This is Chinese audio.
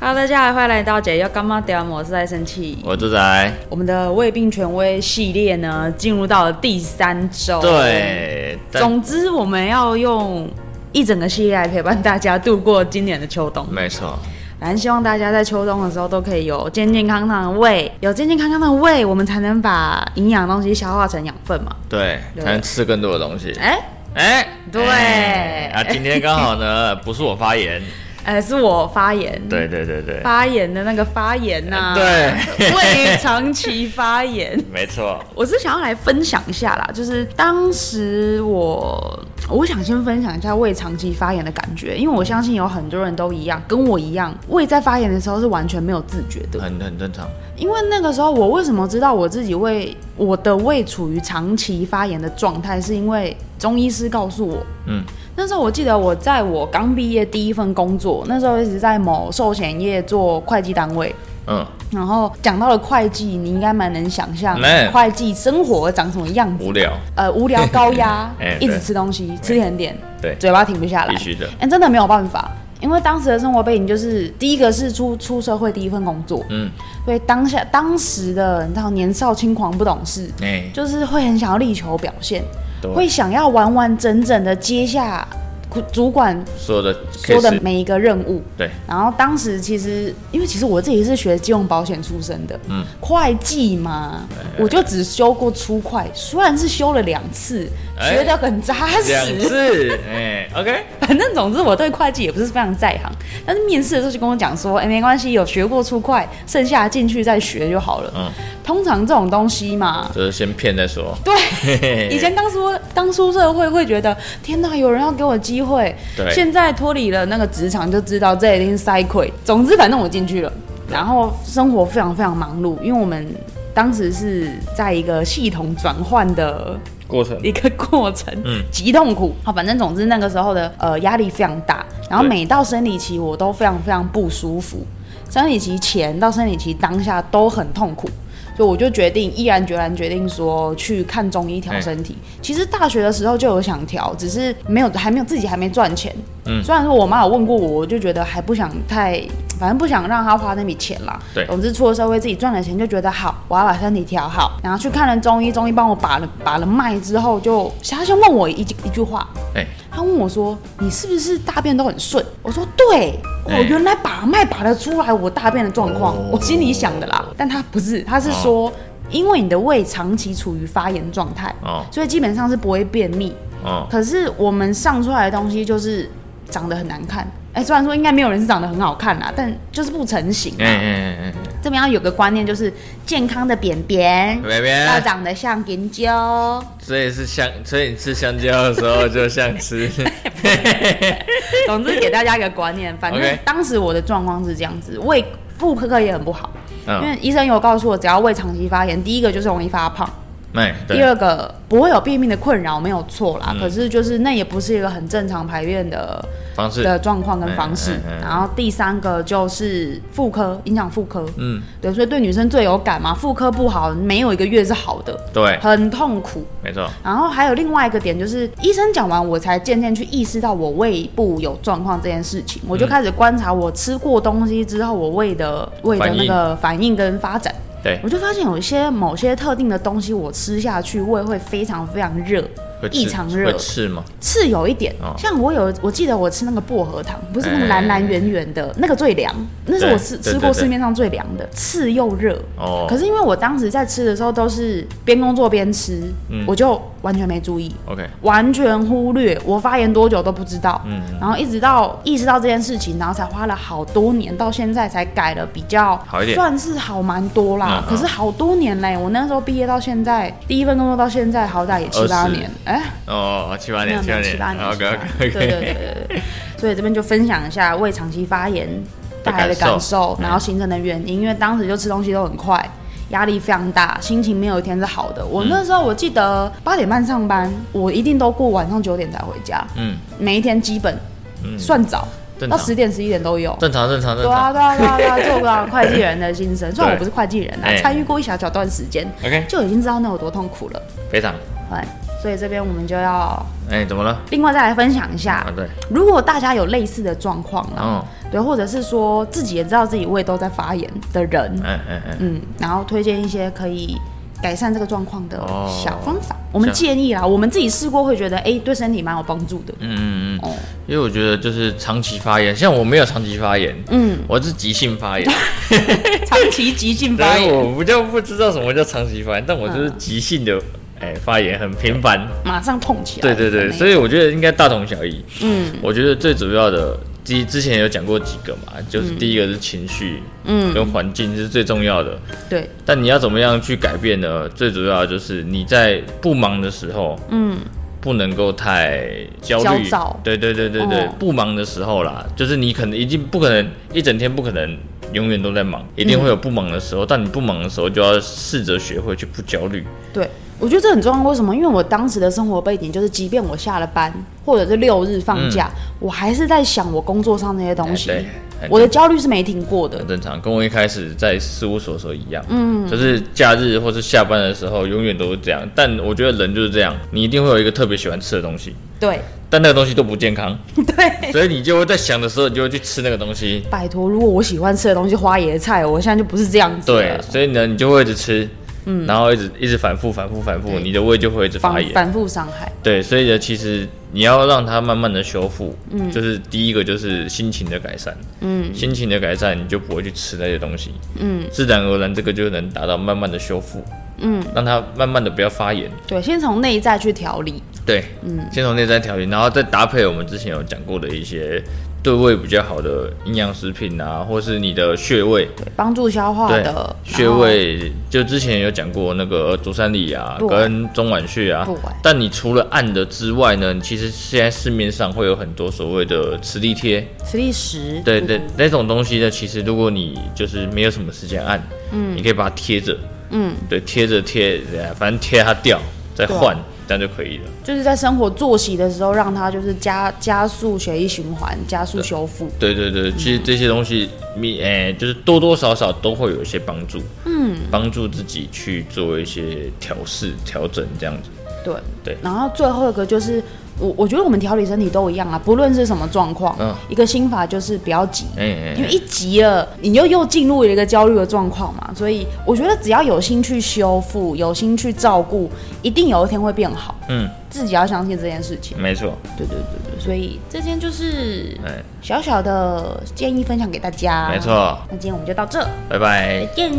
Hello，大家好，欢迎来到解忧干妈屌，我是在生气。我住宅，我们的胃病权威系列呢，进入到了第三周。，对，但总之我们要用一整个系列来陪伴大家度过今年的秋冬。没错，反正希望大家在秋冬的时候都可以有健健康康的胃，有健健康康的胃，我们才能把营养的东西消化成养分嘛。对，对才能吃更多的东西。哎、哎，对哎啊，今天刚好 呢，不是我发言，哎、是我发炎，对对对对，发炎的那个发炎呐、对胃长期发炎。 没错，我是想要来分享一下啦，就是当时我，我想先分享一下胃长期发炎的感觉，因为我相信有很多人都一样，跟我一样，胃在发炎的时候是完全没有自觉的。很很正常。因为那个时候，我为什么知道我自己胃，我的胃处于长期发炎的状态，是因为中医师告诉我，嗯，那时候我记得我在我刚毕业第一份工作，那时候一直在某寿险业做会计单位，嗯，然后讲到了会计，你应该蛮能想象没会计生活长什么样子。无聊，呃，无 聊、高压哎，一直对吃东西，吃甜点，对，嘴巴停不下来必，须的。哎，真的没有办法。因为当时的生活背景就是，第一个是出出社会第一份工作，嗯，所以当下当时的你知道年少轻狂不懂事，哎，就是会很想要力求表现，对会想要完完整整的接下主管说的说的 case，每一个任务。对，然后当时其实，因为其实我自己是学金融保险出身的，嗯嗯，哎会计嘛，我就只修过初会，虽然是修了两次，哎学得很扎两实。次，哎，OK， 反正总之我对会计也不是非常在行，但是面试的时候就跟我讲说，哎、没关系，有学过初会，剩下进去再学就好了。嗯通常这种东西嘛，就是先骗再说。哎对，以前刚出刚出社会会觉得天哪，有人要给我机会。 对现在脱离了那个职场，就知道这一定是塞亏。总之，反正我进去了，然后生活非常非常忙碌，因为我们当时是在一个系统转换的过程，一个过程，嗯极痛苦。好，反正总之那个时候的呃压力非常大，然后对每到生理期我都非常非常不舒服，生理期前到生理期当下都很痛苦。所以我就决定，毅然决然决定说去看中医调身哎体。其实大学的时候就有想调，只是没有还没有自己还没赚钱。嗯虽然说我妈有问过我，我就觉得还不想太，反正不想让她花那笔钱啦。对总之出了社会自己赚了钱就觉得好，我要把身体调好。然后去看了中医，中医帮我把了把了脉之后就，他先问我一句一句话，哎，他问我说：“你是不是大便都很顺？”我说：“对，我、哎原来把脉把得出来我大便的状况，哦我心里想的啦。”但他不是，他是说，因为你的胃长期处于发炎状态，哦所以基本上是不会便秘。哦，可是我们上出来的东西就是长得很难看。哎、虽然说应该没有人是长得很好看啦，但就是不成形哎啊。哎哎哎，这边要有个观念，就是健康的扁扁别要别，长得像研 究。哎所以是香，所以你吃香蕉的时候就像 吃，总之给大家一个观念，反正 OK 当时我的状况是这样子，胃妇科也很不好，因嗯，为医生有告诉我，只要胃长期发炎，第一个就是容易发胖，哎，对嗯第。二个不会有便秘的困扰，没有错啦。可是就是那也不是一个很正常排便的方式，的状况跟方式嗯嗯。嗯然后第三个就是妇科，影响妇科。嗯，对，所以对女生最有感嘛，妇科不好，没有一个月是好的，对，很痛苦。没错，然后还有另外一个点，就是医生讲完，我才渐渐去意识到我胃部有状况这件事情，我就开始观察我吃过东西之后，我胃的胃的反那应个反应跟发展。对，我就发现有一些某些特定的东西，我吃下去胃会非常非常热，会刺异常热会，刺吗？刺有一点。哦像我有，我记得我吃那个薄荷糖，不是那个哎蓝蓝圆圆的，那个最凉，那是我吃对对吃过对对市面上最凉的，刺又热。哦，可是因为我当时在吃的时候都是边工作边吃，嗯我就完全没注意， OK，完全忽略我发炎多久都不知道。嗯然后一直到意识到这件事情，然后才花了好多年，到现在才改了比较好一点算是好蛮多啦嗯。嗯可是好多年嘞，我那时候毕业到现在，第一份工作到现在好歹也七八20年，哎、哦，七八没有年，没有八七八年，OK 七八 OK OK，年对对对对对。所以这边就分享一下胃长期发炎带来的感感受受，然后形成的原因，因为当时就吃东西都很快。压力非常大，心情没有一天是好的。嗯我那时候我记得八点半上班，我一定都过晚上九点才回家，嗯，每一天基本、嗯算早，正到常，十点十一点都有。正常正常正对啊常对啊对啊对啊，做不 到会计人的心声。虽然我对不是会计人啊哎，参与过一小小段时间， ，OK，就已经知道那有多痛苦了。非常哎，所以这边我们就要哎，怎么了？另外再来分享一下啊，，对，如果大家有类似的状况啦，哦，对，或者是说自己也知道自己胃都在发炎的人，哎哎哎，嗯，然后推荐一些可以改善这个状况的小方法。我们哦像建议啦，我们自己试过会觉得，哎、对身体蛮有帮助的。嗯嗯嗯，哦，因为我觉得就是长期发炎，像我没有长期发炎，嗯，我是急性发炎，长期急性 所发嗯以炎，我不就不知道什么叫长期发炎，但我就是急性的，哎，发炎很频繁。马上痛起来。对对对，所以以我觉得应该大同小异。嗯我觉得最主要的，之之前有讲过几个嘛，就是第一个是情绪，嗯，跟环境是最重要的。对，但你要怎么样去改变呢？最主要就是你在不忙的时候，嗯不能够太焦虑焦躁。对对对对对，哦不忙的时候啦，就是你可能一定不可能一整天不可能永远都在忙，一定会嗯有不忙的时候。但你不忙的时候，就要试着学会去不焦虑。对，我觉得这很重要。为什么？因为我当时的生活背景就是，即便我下了班或者是六日放假，我还是在想我工作上那些东西。嗯哎对我的焦虑是没停过的很。正常，跟我一开始在事务所的时候一样，嗯，就是假日或是下班的时候，永远都是这样。但我觉得人就是这样，你一定会有一个特别喜欢吃的东西，对但那个东西都不健 康，对，所以你就会在想的时候，你就会去吃那个东西。拜托，如果我喜欢吃的东西花椰菜，我现在就不是这样子对，了，所以呢，你就会一直吃，嗯，然后一直一直反复、反复、反复，对你的胃就会一直发反炎。反复伤害。对，所以呢，其实你要让它慢慢的修复，嗯，就是第一个就是心情的改善，嗯，心情的改善，你就不会去吃那些东西，嗯，自然而然这个就能达到慢慢的修复，嗯，让它慢慢的不要发炎，对，先从内在去调理。对，嗯，先从内在调理，然后再搭配我们之前有讲过的一些对胃比较好的营养食品啊，或是你的穴位，对，帮助消化对的，穴位，就之前有讲过那个足三里啊，对跟中脘穴啊对。但你除了按的之外呢，其实现在市面上会有很多所谓的磁力贴，磁力石，对对，那种东西呢，其实如果你就是没有什么时间按，嗯，你可以把它贴着，嗯，对，贴着贴，哎反正贴它掉，再对啊换，这样就可以了。就是在生活作息的时候，让它就是加加速血液循环，加速修复。对对对，其实这些东西，你哎、就是多多少少都会有一些帮助，嗯，帮助自己去做一些调试、调整这样子。对对然后最后一个就是，我我觉得我们调理身体都一样啊，不论是什么状况，嗯一个心法就是不要急。哎、哎因为一急了，你又又进入了一个焦虑的状况嘛，所以我觉得只要有心去修复，有心去照顾，一定有一天会变好。嗯，自己要相信这件事情。没错，对对对对，所以这件就是哎、小小的建议分享给大家。啊没，错，那今天我们就到这，拜拜。再见。